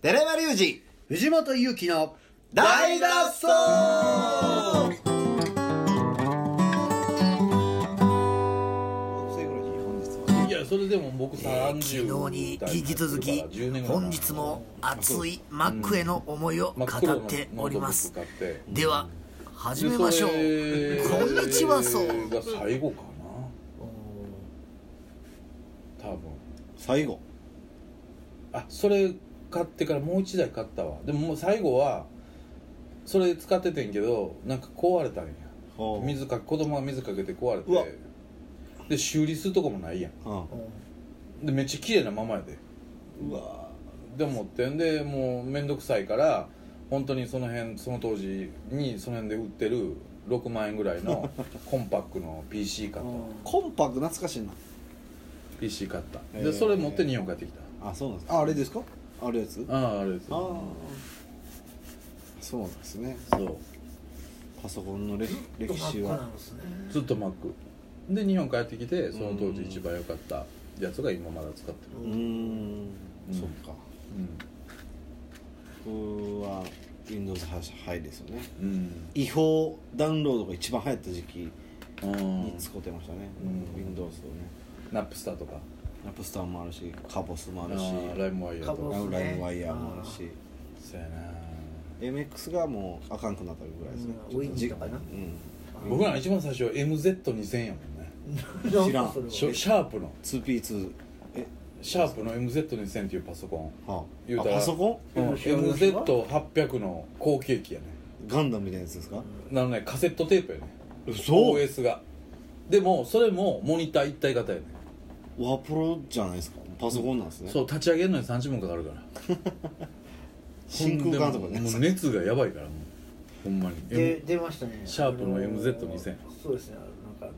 寺山隆二藤本勇樹の二大脱走いやそれでも僕30昨日に引き続き本日も熱いマックへの思いを語っておりますでは始めましょうこんにちはそうが最後かな多分最後あそれ買ってからもう一台買ったわでももう最後はそれ使っててんけどなんか壊れたんやほう水か子供が水かけて壊れうわてで修理するとこもないやうんんでめっちゃ綺麗なままやでうわで思ってんでもう面倒くさいから本当にその辺その当時にその辺で売ってる6万円ぐらい のコンパックの PC 買ったコンパクト懐かしいな PC 買ったへーでそれ持って日本帰ってきたあそうなんですかああれですかあるやつあああれですああそそうなんですねうパソコンのれ歴真っ史赤なはんですねずっと Mac で日本帰ってきてその当時一番良かったやつが今まだ使ってるうーんうんそっか僕は Windows ハイですよねうん違法ダウンロードが一番流行った時期うんに使ってましたね、うん Windows をねナップスターとかナプスターもあるしカボスもああるしーライムワイヤーとカかボライムワイヤーもあるしそうやな MX がもうあかんくなったぐらいですねうんちょっとじ Win とかなうん僕らの一番最初は MZ2000 やもんね知らんそれはショシャープの 2P2 えシャープの MZ2000 っていうパソコンは言あうあたらパソコうんうん MZ800 の後継機やねンガンダムみたいなやつですかなのねカセットテープやね嘘 OS がでもそれもモニター一体型やねワープロじゃないですかパソコンなんですねそう立ち上げるのに30分かかるから真空管とかほんでねもう熱がやばいからもうほんまにで出ましたねシャープのあ MZ2000 そうですねなんか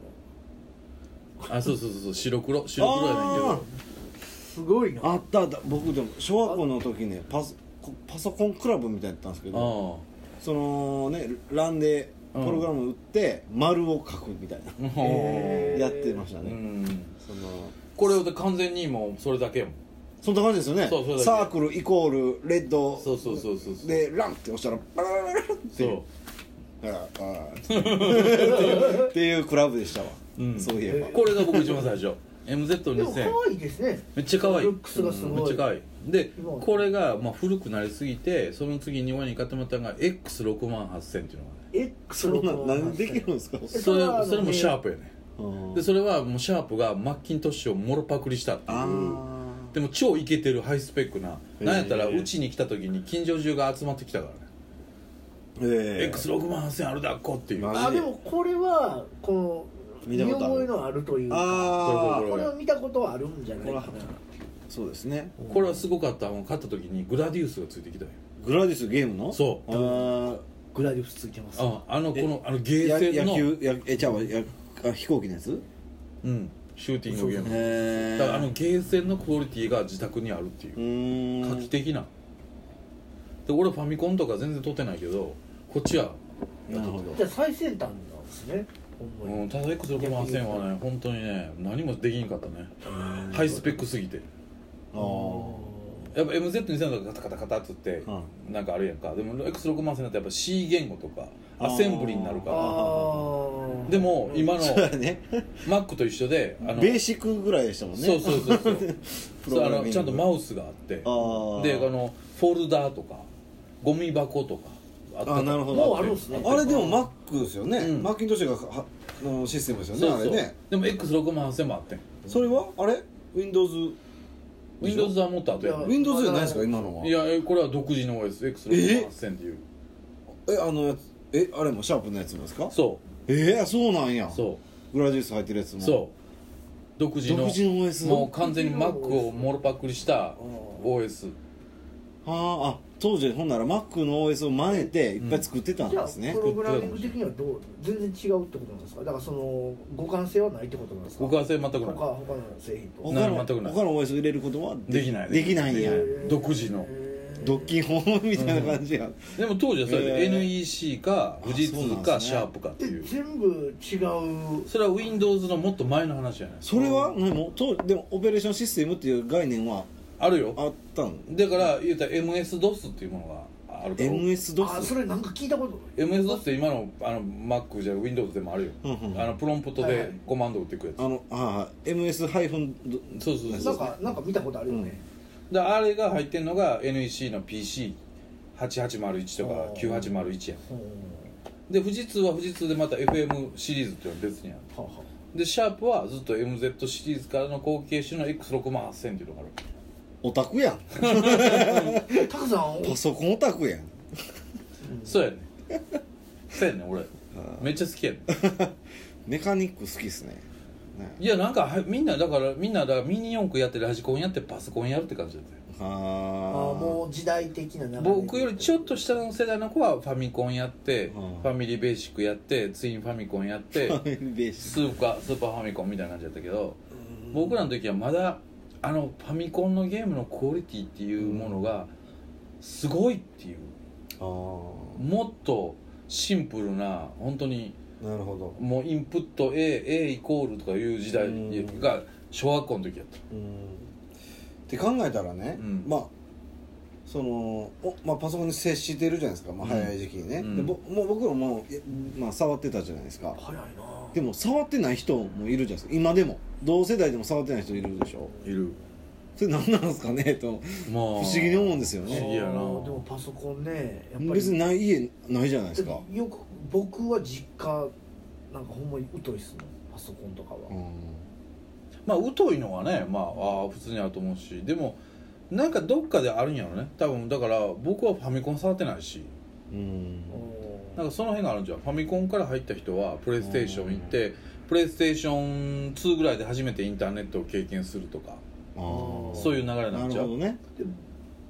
あのあそうそうそうそう白黒白黒やねんけあどすごいなあったあった僕でも小学校の時ねパソコパソコンクラブみたいなのやったんですけどあそのねランでプログラム打って丸を書くみたいな、あうんやってましたうね、んそのこれを完全にもうそれだけやもんそんな感じですよねそうそれだけサークルイコールレッドそうそうそうそうそうでランって押したらバラバラバラってそうだからあーっていうクラブでしたわ、うんそういえば、これが僕一番最初でも MZ2000 可愛いですねめっちゃ可愛いルックスがすごいうんめっちゃ可愛いで今はこれがまあ古くなりすぎてその次に親に買ってもらったのが X6 万8000っていうのがねえそんな何できるんですか、えそそれはあのれそれもシャープやねうんでそれはもうシャープがマッキントッシュをもろパクリしたっていあうーでも超イケてるハイスペックなへーなんやったらうちに来た時に近所中が集まってきたからねええ X6 万8000あるだっこっていうマジあでもこれはこの見見たことある覚えのあるというかあそうそうあこれを見たことはあるんじゃないかなこれそうですねこれはすごかったもう買った時にグラディウスがついてきたよグラディスゲームのそうあグラディウスついてますああのこのあのゲーーやセン野の球やえちゃうわやあ飛行機のやつうんシューティングゲームへえだからあのゲーセンのクオリティが自宅にあるっていううーん画期的なで俺ファミコンとか全然撮ってないけどこっちはなるほどじゃあ最先端なんですねほんまうにん、ただ X6 万8000はね本当にね何もできんかったねハイスペックすぎてあやっぱ MZ2000 とかカタカタカタっつって、なんかあるやんかでも X6 万8000だとやっぱ C 言語とかアセンブリになるあかーらでも今のあ そうやね Mac と一緒であのベーシックぐらいでしたもんねそうそうそうそう プロそうグあラミンのグちゃんとマウスがあってあーであのフォルダーとかゴミ箱とかあったあなるほもどうあるんすねあれでも Mac ですよね、うんマッキントッシュがはのシステムですよそうねそうあれねでも X6 万8000もあってんそれはあれ Windows Windows はもっと後やいね Windows じゃないですか今のはいやえこれは独自の OSX6 万8000っていうえあのやつえあれもシャープのやつもですかそえー、そうなんやうそグラディウス入ってるやつうもそう独自の独自の OS もう完全に Mac をモロパクリした OS はああ当時ほんなら Mac の OS を真似ていっぱい作ってたんじゃであすねプ、ログラミング的にはどう全然違うってことなんですかだからその互換性はないってことなんですか僕は全くない他他の製品と他のな全くない他の OS 入れることはできないできないんや、へー独自のへードッキンホームみたいな感じや、でも当時はそれでえー NEC か富士あそう通なんですかねシャープかってえいう全部違うそれは Windows のもっと前の話じゃないそれは何もとでもオペレーションシステムっていう概念はああるよあったのだから言うたら MS-DOS っていうものがあるから MS ドあそスれなんか聞いたこと MS-DOS って今のあの Mac じゃ Windows でもあるよ、うんうんあのプロンプトはいはでいコマンド打っていくやつ、あのああ MS ハイフンドそうそうなそんうかなんか見たことあるよね、であれが入ってんのが NEC の PC8801 とかあー9801やんうん、で富士通は富士通でまた FM シリーズっていうのは別にあるはあはでシャープはずっと MZ シリーズからの後継種の X68000 っていうのがあるオタクやんあタクさんパソコンオタクやんそうや ねそうやね俺めっちゃ好きやねメカニック好きっすねねいやなんかはみんなだからみんなだからミニ四駆やってラジコンやってパソコンやるって感じだったよあああーもう時代的な流れ僕よりちょっと下の世代の子はファミコンやってフうんァミリーベーシックやってツインファミコンや ってファミリーベーシスーパースーパーファミコンみたいな感じだったけど僕らの時はまだあのファミコンのゲームのクオリティっていうものがすごいっていうックああもっとシンプルな本当になるほどもうインプット A, A イコールとかいう時代うんが小学校の時やったうんって考えたらね、うんまあそのお、まあ、パソコンに接してるじゃないですか、まあ、うん早い時期にね、うんでぼもう僕らも、いやまあ、触ってたじゃないですか早いなでも触ってない人もいるじゃないですか今でも同世代でも触ってない人いるでしょいるそれ何なんですかねとまあ不不思議に思うんですよね不思議やなあーでもパソコンねやっぱり別にない家ないじゃないですかよく僕は実家なんかほんまに疎いっすもんパソコンとかは、うんまあ疎いのはねまああー普通にあると思うしでもなんかどっかであるんやろね多分だから僕はファミコン触ってないしうんおーなんかその辺があるんじゃんファミコンから入った人はプレイステーション行ってプレイステーション2ぐらいで初めてインターネットを経験するとかあーそういう流れにななっるちゃほう、どね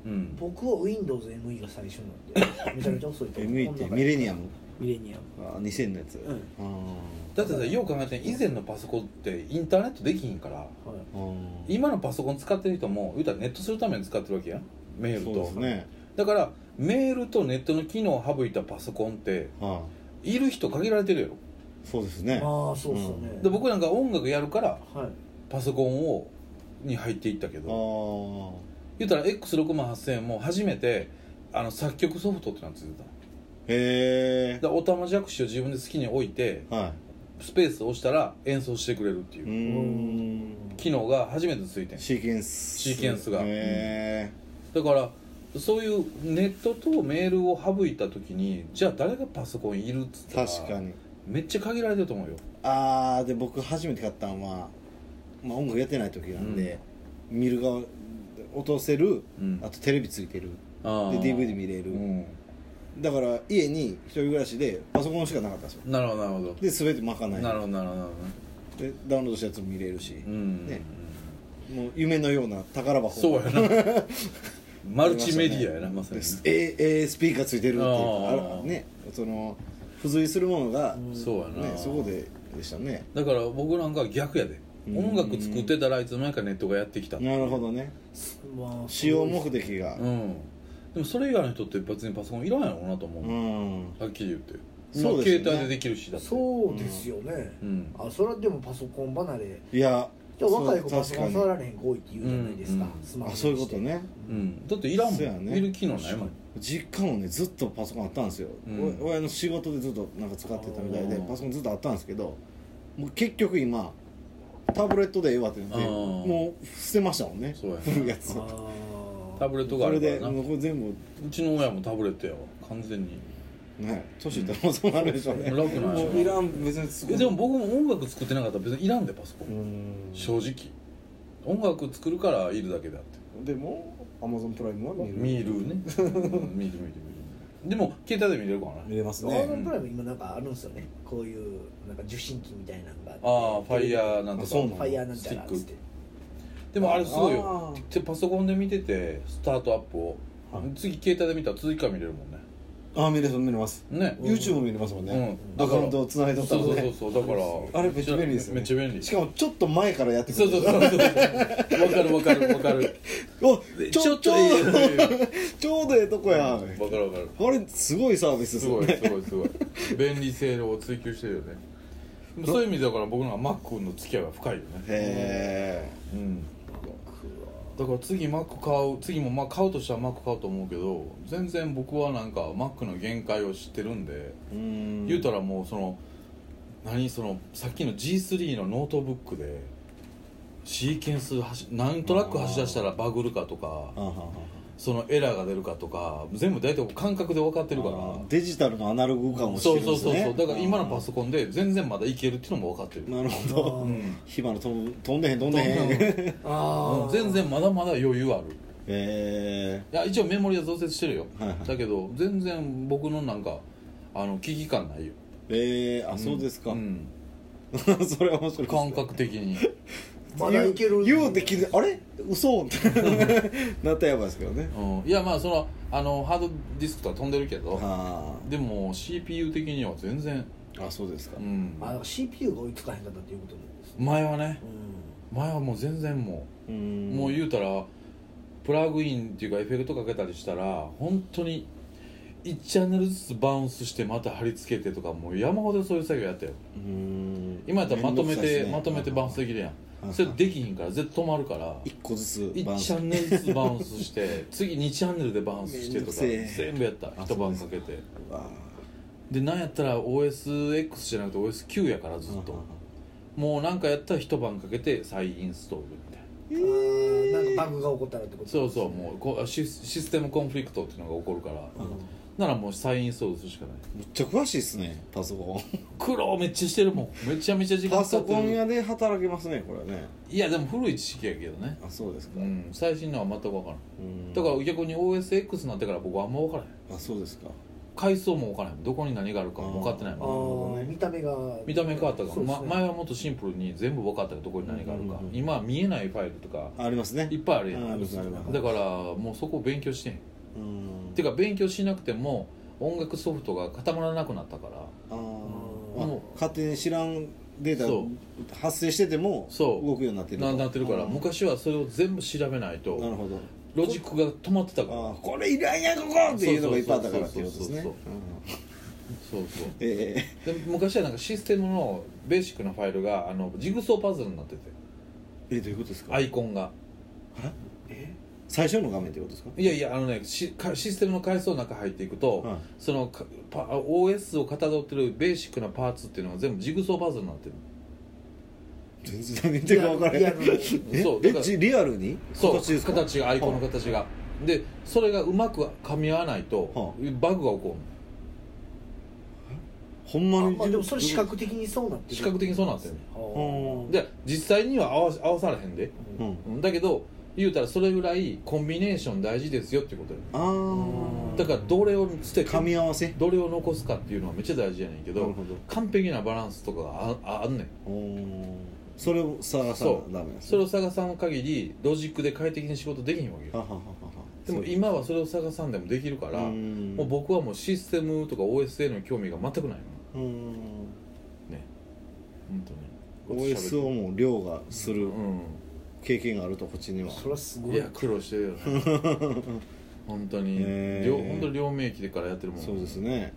うん、僕は WindowsME が最初なんでめちゃめちゃ遅いと思う ME ってミレニアムミレニアムあー2000のやつ、うんあだってさよう考えて以前のパソコンってインターネットできひんからはいー今のパソコン使ってる人も言うたらネットするために使ってるわけやんメールとそうですねだからメールとネットの機能を省いたパソコンってはいる人限られてるやろそうですねああそうっすよね、うで僕なんか音楽やるからはいパソコンをに入っていったけあどー言ったら X6 万8000円も初めてあの作曲ソフトってなんつってただかへえらおたまじゃくしを自分で好きに置いてはスペースを押したら演奏してくれるってい、いううーん機能が初めてついてんシーケンスシーケンスがへだからそういうネットとメールを省いた時にじゃあ誰がパソコンいるっつっえたら確かにめっちゃ限られてると思うよああで僕初めて買ったのは、まあ、音楽やってない時なんで、見る側落とせる、うんあとテレビついてるでで DVD 見れる、うん、だから家に一人暮らしでパソコンしかなかったんですよなるほどなるほで全てまかなどいなるほどなるほどなるほでダウンロードしたやつも見れるし、どうん、ねもう夢のような宝箱そうや なマルチメディアやなまさでにすえええスピーカーついてるっていうかあーあらねその付随するものが、うんそうやな、ね、そこででしたねだから僕なんかは逆やでうん音楽作ってたらいつの間にかネットがやってきたなるほどねまあ使用目的がうんでもそれ以外の人って別にパソコンいらんやろうなとう思う、んはっきり言ってそうですよね携帯でできるしだってそうですよね、うんあそれはでもパソコン離れいやじゃあそう若い子パソコン確か触られへん子多いって言うじゃないですか、うんスにマホあにそういうこしてとねうん、だっていらんもん、そうやねいる機能ないもん実家もねずっとパソコンあったんですよ、うんお親の仕事でずっとなんか使ってたみたいであーパソコンずっとあったんですけどもう結局今タブレットでええわって言ってあーもう捨てましたもんねそうやな古いやつあをータブレットがそあれるかでらなもうこれ全部うちの親もタブレットやわ完全にね年いったらもうそうなるでしょうね、うん楽なんでしょうねもういらん別にすえでも僕も音楽作ってなかったら別にいらんでパソコン、ん正直音楽作るからいるだけであってでもアマゾンプライムは見る見るね、うん、見る見る見るでも携帯で見れるから見ねれますアマねゾンプライム今なんかあるんですよねこういうなんか受信機みたいなのがああファイヤーなんとあかそうなフのァイヤーなんちゃらっつってでもあれすごいよあーでパソコンで見ててスタートアップを、はい次携帯で見たら続きから見れるもんねああ見れます見れますね YouTube も見れますもんうね、んアカウントをつないどったそうそのうねそうそうだからあれめっちゃ便利ですよねめっちゃ便利しかもちょっと前からやってくそれうるそうそうそうわかるわかるわかるおちちょちょょっっとといいよちょうどええとこや、わかるわかるあれすごいサービスですすごねいすごいすごい便利性を追求してるよねそういう意味でだから僕のはマックの付き合いは深いよねへうえんだから次マック買う次もまあ買うとしたらマック買うと思うけど全然僕はなんかマックの限界を知ってるんでうん言うたらもうその何そのさっきの G3 のノートブックでシーケンス走何トラック走らせたらバグるかとかあははそのエラーが出るかとか全部大体感覚で分かってるからあーデジタルのアナログ感をしてそうるんそでうすそうねそうだから今のパソコンで全然まだいけるっていうのも分かってるなるほどううん火花飛ん飛んでへん飛んでへん あうんあ全然まだまだ余裕あるえいや一応メモリは増設してるよ、はいはいだけど全然僕のなんかあの危機感ないよー、えー、あそうですか、うん それは面白いですね感覚的にまだいける言う言うて聞いてあれ嘘って なったらやばいですけどねうんいやまあそのあのハードディスクとは飛んでるけどはでも CPU 的には全然、ああそうですか、うん、まあ CPU が追いつかへんかったっていうことなんですね前はねう、前はもう全然もうう、んもう言うたらプラグインっていうかエフェクトかけたりしたら本当に1チャンネルずつバウンスしてまた貼り付けてとかもう山ほどそういう作業やったようん今やったらまとめ面倒くさいて、ですねまとめてバウンスできるやうんんそれできひんから絶対止まるから一個ずつ1ンチャンネルずつバウンスして次2チャンネルでバウンスしてとかめんどくせえ全部やったあ一晩かけてわでなんやったら OSX じゃなくて OS9 やからずっともうなんかやったら一晩かけて再インストールみたいなんあーなんかバグが起こったらってことそうそうもうこシスシステムコンフリクトっていうのが起こるからならもう再インストールするしかないむっちゃ詳しいですねパソコ苦労めっちゃしてるもんめちゃめちゃ時ン間パかかソってコンる屋で働けますねこれはねいやでも古い知識やけどねあそうですか、うん最新のは全く分からんうんだから逆に OSX になってから僕あんま分からへんあそうですか階層も分からへんどこに何があるかも分かってないあもんー見た目が見た目変わったかそら、うでますね前はもっとシンプルに全部分かったよどこに何があるか、うんうんうん今は見えないファイルとかありますねいっぱいあるやうんありますありますんだからもうそこを勉強してへんうんてか勉強しなくても音楽ソフトが固まらなくなったからあーうあん勝手に知らんデそータ発生しててもそう動くようになってるとななってるからあー昔はそれを全部調べないなるとほどロジックが止まってたからあーこれいらんやんここっていうのがいっぱいあったからっていうことですねそうそううんそうそうええで昔はなんかシステムのベーシックなファイルがあのジグソーパズルになっててえどういうことですかアイコンが最初の画面ってことですかいやいやあのねシかシステムの階層の中入っていくと、はいそのかパ OS をかたどってるベーシックなパーツっていうのが全部ジグソーパズルになってる全然何言ってるか分からリへアんルリアルえそうだえからちリアルにそう形ですかがアイコンの形がでそれがうまく噛み合わないはとバグが起こるほんまあにまあでもそれ視覚的にそうなってる視覚的にそうなんですよねあうんーで実際には合わ合わされへんでうんうんだけど言うたらそれぐらいコンビネーション大事ですよってことやねあーだからどれを捨て噛み合わせどれを残すかっていうのはめっちゃ大事やねんけなどるほど完璧なバランスとかがあああんねんおーそれを探さなそうダメなんですそねれを探さん限りロジックで快適に仕事できひんわけよはははははでも今はそれを探さんでもできるからうもんう僕はもうシステムとか OS への興味が全くないのうーんね本当に OS をもう凌駕するう経験があるとこっちにはそれはすんごいいや苦労してる よね本当に、へー両本当に両名機でからやってるもんそうですね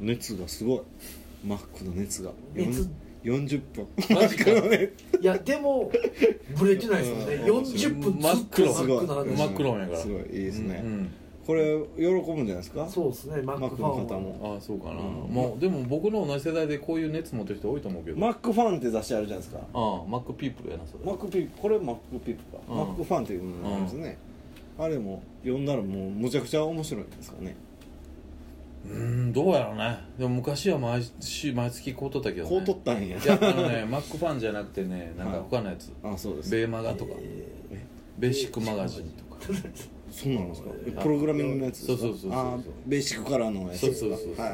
熱がすごいマックの熱が熱四40分うんマジかいやでもブレてないですもん ねうん40分真ずっっ黒とすマッごいクの話真っ黒やからすごいいいですね、うんこれ喜ぶんじゃないですかそうですねママッッククファのンは方うもんああそうかな、うんもうでも僕の同じ世代でこういう熱持ってる人多いと思うけど、マックファンって雑誌あるじゃないですかああマックピープルやなそれマックピープこれマックピープか、うんマックファンっていうものなんですね、あれも読んだらもうむちゃくちゃ面白いんですかねうんどうやろうねでも昔は毎週毎月こうとったけど、ね、こう取ったんやいやあのねマックファンじゃなくてねなんかはい他のやつ、あそうですベーマガとか、えベーシックマガジンとかそうなんですかえプログラミングのやつですかそうそうそうそうあーベーシックからのやつですかそうそうそうそうは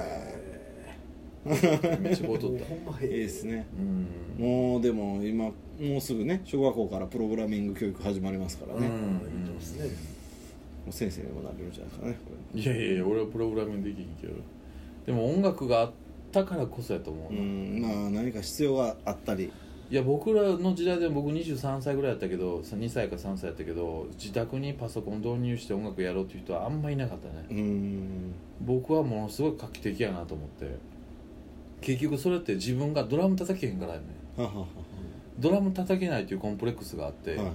いめっちゃこうとったほんまいいでへすねうんもうでも今もうすぐね小学校からプログラミング教育始まりますからね、うもんですねう先生にもなれるんじゃないですかねこいやいやいや俺はプログラミングできへんけどでも音楽があったからこそやと思うれな、うんまあ何か必要があったりいや僕らの時代でも僕23歳ぐらいやったけどさ2歳か3歳やったけど自宅にパソコン導入して音楽やろうっていう人はあんまいなかったねうん僕はものすごい画期的やなと思って結局それって自分がドラム叩けへんからやねははははドラム叩けないっていうコンプレックスがあって、はい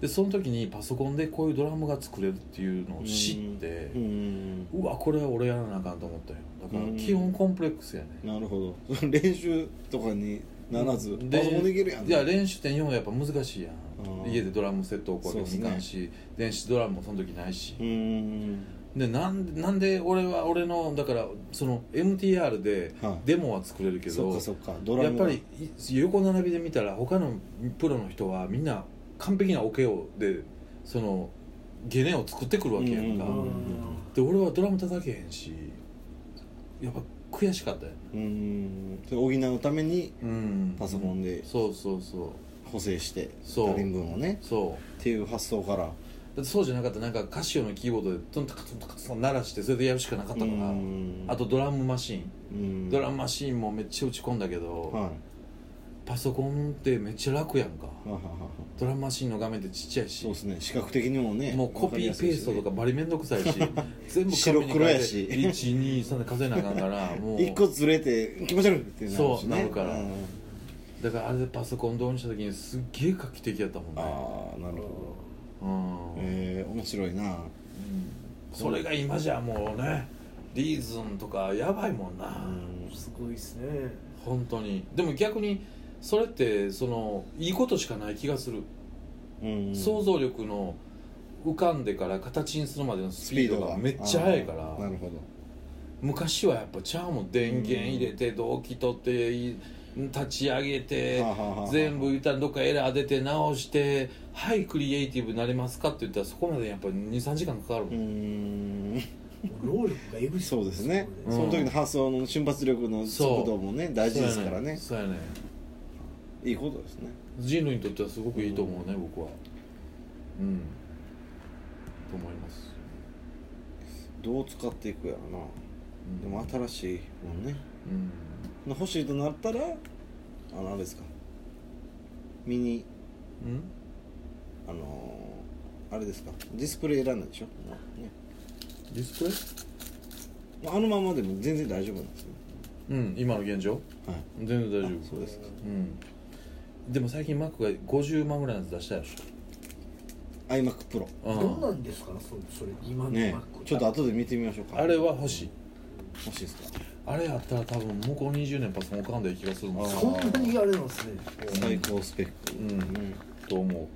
でその時にパソコンでこういうドラムが作れるっていうのを知ってう、んうわこれは俺やらなあかんと思ったよだからうん基本コンプレックスやねなるほど 練習とかにならずパソコンできるやんいや練習って日本はやっぱ難しいやんうん家でドラムセットをこうやってそうっすねいかんし、電子ドラムもその時ないしう、んでなんでなんで俺は俺のだからその MTR ではいデモは作れるけど、そっかそっかドラやっムぱがりい横並びで見たら他のプロの人はみんな完璧なオケをでそのゲネを作ってくるわけやんか、うんうんうんで俺はドラム叩けへんしやっぱ悔しかったよ、うんそれ補うためにうん、パソコンでそうそうそう補正してそう足りん分をねそうっていう発想からだってそうじゃなかったらなんかカシオのキーボードでトンタカトンタカトン鳴らしてそれでやるしかなかったからうんあとドラムマシーン、うんドラムマシーンもめっちゃ打ち込んだけど、はいパソコンってめっちゃ楽やんかははははドラムマシーンの画面ってちっちゃいしそうですね視覚的にもねもうコわかピりやーすペいーしスねトとかバリめんどくさいし全部白黒やし123で数えなあかんからもう一個ずれて気持ち悪いってなるし、ね、そうなるからんだからあれでパソコン導入した時にすっげえ画期的やったもんあねあなるほうんど、えー、面白いなそれが今じゃもうねリーズンとかやばいもんな、うんすごいですね本当にでも逆にそれってそのいいことしかない気がする、うん想像力の浮かんでから形にするまでのスピードがめっちゃ速いかあーならるほど昔はやっぱちゃうもん電源入れて動機取ってい立ち上げてはあはあはあはあ全部言ったらどっかエラー出て直して「はいクリエイティブになれますか?」って言ったらそこまでやっぱ23時間かかるもうーん、ん労力がえぐいそうですね、うんその時の発想の瞬発力の速度もね大事ですからねそうやねそうやねいいことですね人類にとってはすごくいいと思うね、僕はうんと思いますどう使っていくやろなうんでも新しいもんねうん欲しいとなったらあのあれですかミニうんあのー、あれですかディスプレイいらないでしょ、もうねディスプまああのままでも全然大丈夫なんですねレイうん今の現状はい全然大丈あ夫そうですかうんでも最近マックが50万ぐらいのやつ出したでし iMacPro ょ、うんどんなんですかそそれ今のマねックちょっと後で見てみましょうかあれは欲しい欲しいですかあれやったら多分向こう20年パソコン買うんだよ気がするもんあーそんなにあれなんですね最高スペックうんと思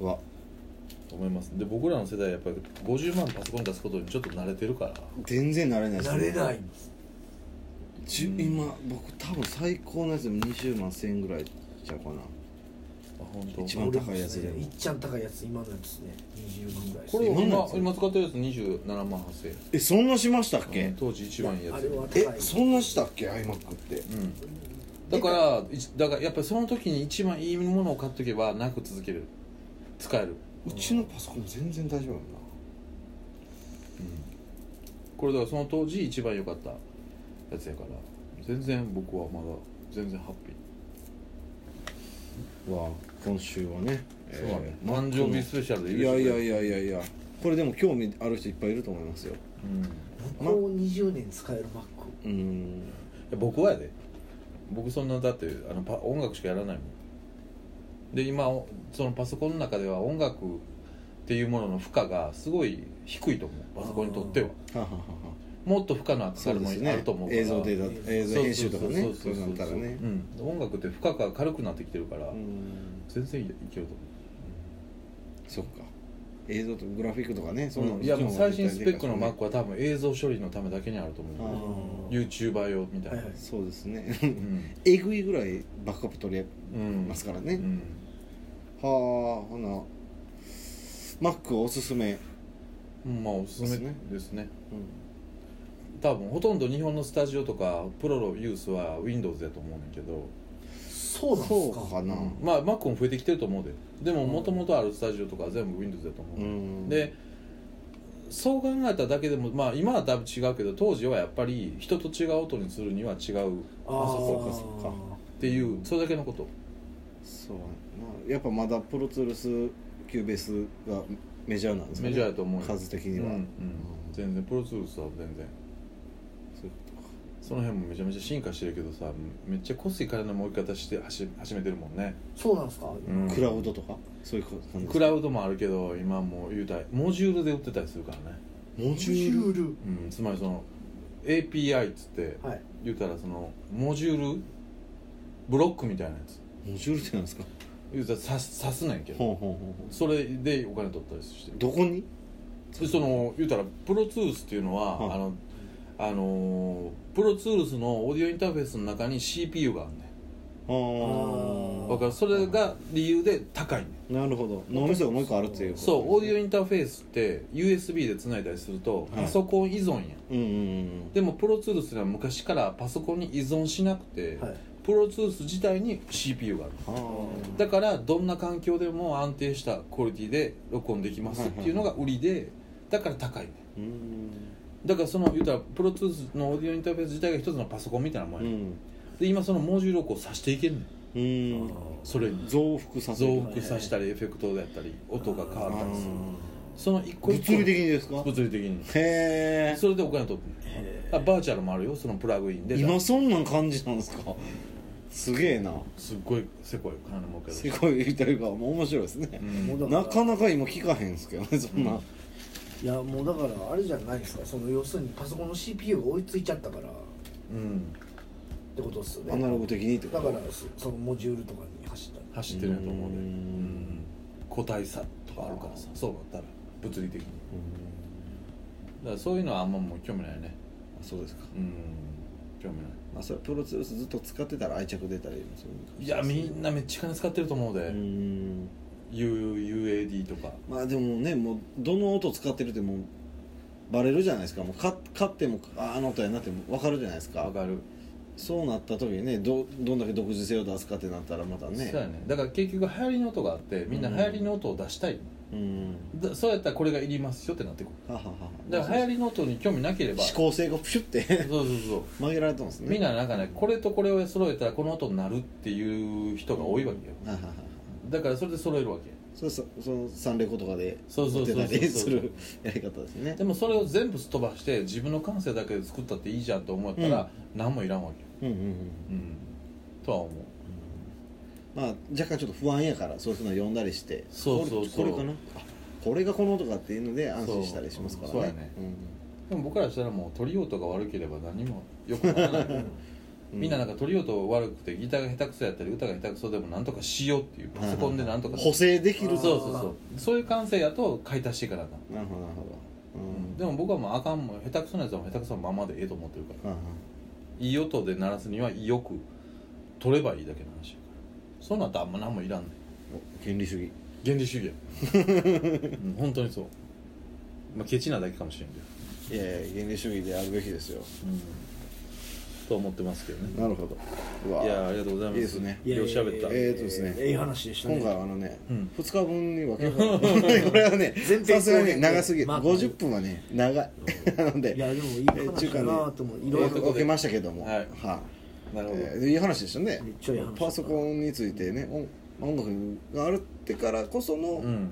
うんはう思いますで僕らの世代はやっぱり50万パソコン出すことにちょっと慣れてるから全然慣れないです慣ねれないんですじゅ今僕多分最高のやつでも20万1000円ぐらいちゃうかなあ本当一番高いやつでも俺もねいっちゃん高いやつ今のやつね20万ぐらいですこれ今のや今つ今使ってるやつ27万8000円えそんなしましたっけ、うん当時一番いいやあつれは高いえそんなしたっけ iMac ってうんだからいちだからやっぱりその時に一番いいものを買っとけばなく続ける使えるうちのパソコン全然大丈夫なんだこれだからその当時一番良かったやつやから全然僕はまだ全然ハッピわあ今週はねーそうだね誕生日スペシャルでいいいでやすねいやいやいやいやこれでも興味ある人いっぱいいると思いますよー、うん、い向こう20年使えるマックうーんや僕はやで僕そんなだってあのパ音楽しかやらないもんで今おそのパソコンの中では音楽っていうものの負荷がすごい低いと思うパソコンにとってはははははもっと負荷のあかかそうるでもすのがあねると思うから映像データ映像編集とかねそそううそうそうそなうったらねうん、音楽って負荷が軽くなってきてるから、うーん全然いけるとそっか映像とグラフィックとかねそ思う、のいやもう最新スペックの Mac は多分映像処理のためだけにあるとあ思う、ー YouTuber 用みたいな、はいはいそうですね うんえぐいぐらいバックアップ取れうんますからうね、んはあほな Mac おすすめ、うんまあおすすですめねですねうん多分ほとんど日本のスタジオとかプロのユースは Windows やと思うねんけど、そうなんそでうすかかなまあ Mac も増えてきてると思うででももともとあるスタジオとかは全部 Windows やと思う、うんでそう考えただけでもまあ今はだいぶ違うけど当時はやっぱり人と違う音にするには違うっああそうかそうかていうそれだけのことそうやなやっぱまだプロツールスキューベースがメジャーなんですかねメジャーやと思うよ数的には、うんうん全然プロツールスは全然そういうことかその辺もめちゃめちゃ進化してるけどさめっちゃこすい金の儲け方してはし始めてるもんね、そうなんですか、うんクラウドとかそういう感じですかクラウドもあるけど今もう言うたらモジュールで売ってたりするからね、モジュールルうん、つまりその API っつってはい言うたらそのモジュールブロックみたいなやつモジュールってなんですか言うたら刺す刺すねんけどほうほうほうほそれでお金取ったりしてうるどこにでその言うたらプロツールスっていうのは、うんあのあのープロツールスのオーディオインターフェースの中に CPU があるねあんーだからそれが理由で高いねんなるほど脳みそがもう一個あるっていうそうオーディオオインターフェースって USB でつないだりするとはいパソコン依存やん、うんうんでもプロツールスは昔からパソコンに依存しなくて、はいプロツールス自体に CPU があるうんはだからどんな環境でも安定したクオリティで録音できますっていうのが売りでだから高いねあうんだからその言うたらプロツールスのオーディオインターフェース自体が一つのパソコンみたいなもんうや、んで今そのモジュールをこう挿していけるのうんそれに増幅させ増幅るさせたりエフェクトだったり音が変あわったりするーその一個一個物理的にですか物理的にへえそれでお金取ってあバーチャルもあるよそのプラグインで今そんなん感じなんですかすげえなすっごいせこい金儲けだすごい言うてるからもう面白いですねう、もうんだなかなか今聞かへんすけどねそ んな、うんいやもうだからあれじゃないですかその要するにパソコンの CPU が追いついちゃったからっうんてことですよねアナログ的にってこだとからそそのモジュールとかに走った走ってるんやと思うでううんん個体差とかあるからさそうだったら物理的にだからそういうのはあんまもう興味ないねあそうですか、うん興味ないまあ、それプロツールスずっと使ってたら愛着出たりもするんかもいしれやなみんなめっちゃ金使ってると思うで、うーん U- UAD とかまあでもねもうどの音使ってるってもうバレるじゃないですかもうか買ってもああの音やなっても分かるじゃないですか上がるそうなった時にねどどんだけ独自性を出すかってなったらまたねそうやねだから結局流行りの音があってみんな流行りの音を出したい、うんだそうやったらこれがいりますよってなってくるはははだから流行りの音に興味なければ指向性がプシュって そうそうそう曲げられたんですねみんななんかねこれとこれを揃えたらこの音になるっていう人が多いわけよははははだからそれで揃えるわけそうそうそのサンレコとかでそうそうそうそう持ってたりするやり方ですねでもそれを全部すっ飛ばして自分の感性だけで作ったっていいじゃんと思ったら、何もいらんわけよ、うんうんうんうん、とは思うまあ若干ちょっと不安やからそういうのを呼んだりしてそうそうそうこれこれかなあこれがこの音かっていうので安心したりしますからねそうそうやねでも僕らしたらもう取り音が悪ければ何もよくならない、 みんななんか取り音悪くてギターが下手くそやったり歌が下手くそでもなんとかしようっていうパソコンでなんとか補正できるそうそうなるそうそういう感性やと買い足していかなあかんほどなるほどうんでも僕はもうあかんもん下手くそなやつはもう下手くそのままでええと思ってるからはあはあいい音で鳴らすにはよく取ればいいだけの話やからそんなんとあんま何もいらんねんお権利主義原理主義や、うん、本当にそうまあケチなだけかもしれんけど、いやいや原理主義であるべきですようん、と思ってますけどねなるほどうわいやありがとうございますいいですねいやいよやういしやゃべったえーとですねええ話でしたね今回はあのね、うん二2日分に分 けようかなこれはね全編さすがにね後編長すぎる、まあ50分はね長いな のでいやでもいいえー話中だ間なでぁと思ういいろろいいろろ受けましたけどもはいなるほど、えーいい話でしたねめっちゃいい話パソコンについてね音音楽があるってからこそのうん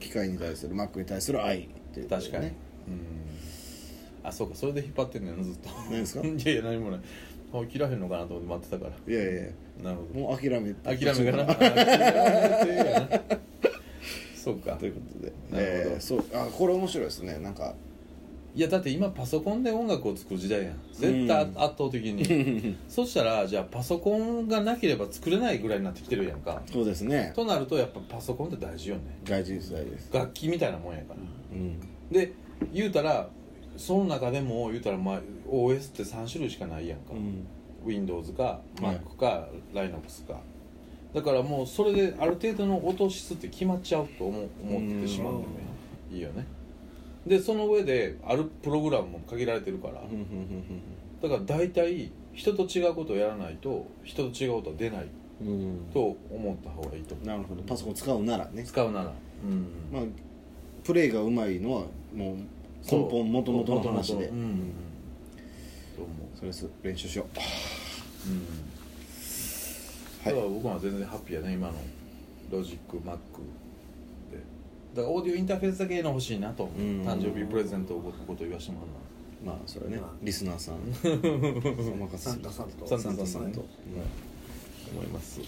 機械に対する、Mac に対する愛っていうことで確かに、ねうんあそうかそれで引っ張ってんのよなずっと何ですか いやいや何もないあ切らへんのかなと思って待ってたからいやいやなるほどもう諦め諦めかな あ諦めてやなそうか ということで、なるほどえーそうあこれ面白いですねなんかいやだって今パソコンで音楽を作る時代やん絶対あうん圧倒的 にそしたらじゃあパソコンがなければ作れないぐらいになってきてるやんかそうですねとなるとやっぱパソコンって大事よね外人時代です楽器みたいなもんやからうんで言うたらその中でも言うたらまあ OS って3種類しかないやんか、うん Windows かはい Mac か、Linux かだからもうそれである程度の音質って決まっちゃうと思う思ってしまうんだよねいいよねでその上であるプログラムも限られてるから、うんうんだから大体人と違うことをやらないと人と違うことは出ないうんうんうんと思った方がいいと思うなるほどパソコン使うならね使うならうんまあプレイがうまいのはもう根本元々の話でうんうんうんと思うそれです練習しようん、はだいから僕は全然ハッピーやね今のロジックマックでだからオーディオインターフェースだけの欲しいなとうん誕生日プレゼントをこと言わしてもらうまあそれねまあリスナーさんお任せサしンタますさんとサンタさんとサンタはい思います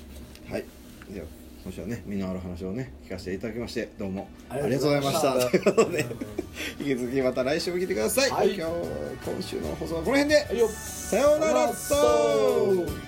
はいじゃあ今週はね身のある話をね聞かせていただきましてどうもあありりがとがとううござございいままししたたということで引き続きまた来週も聞いてください、はい今日今週の放送はこの辺ではいよさようならさようならそう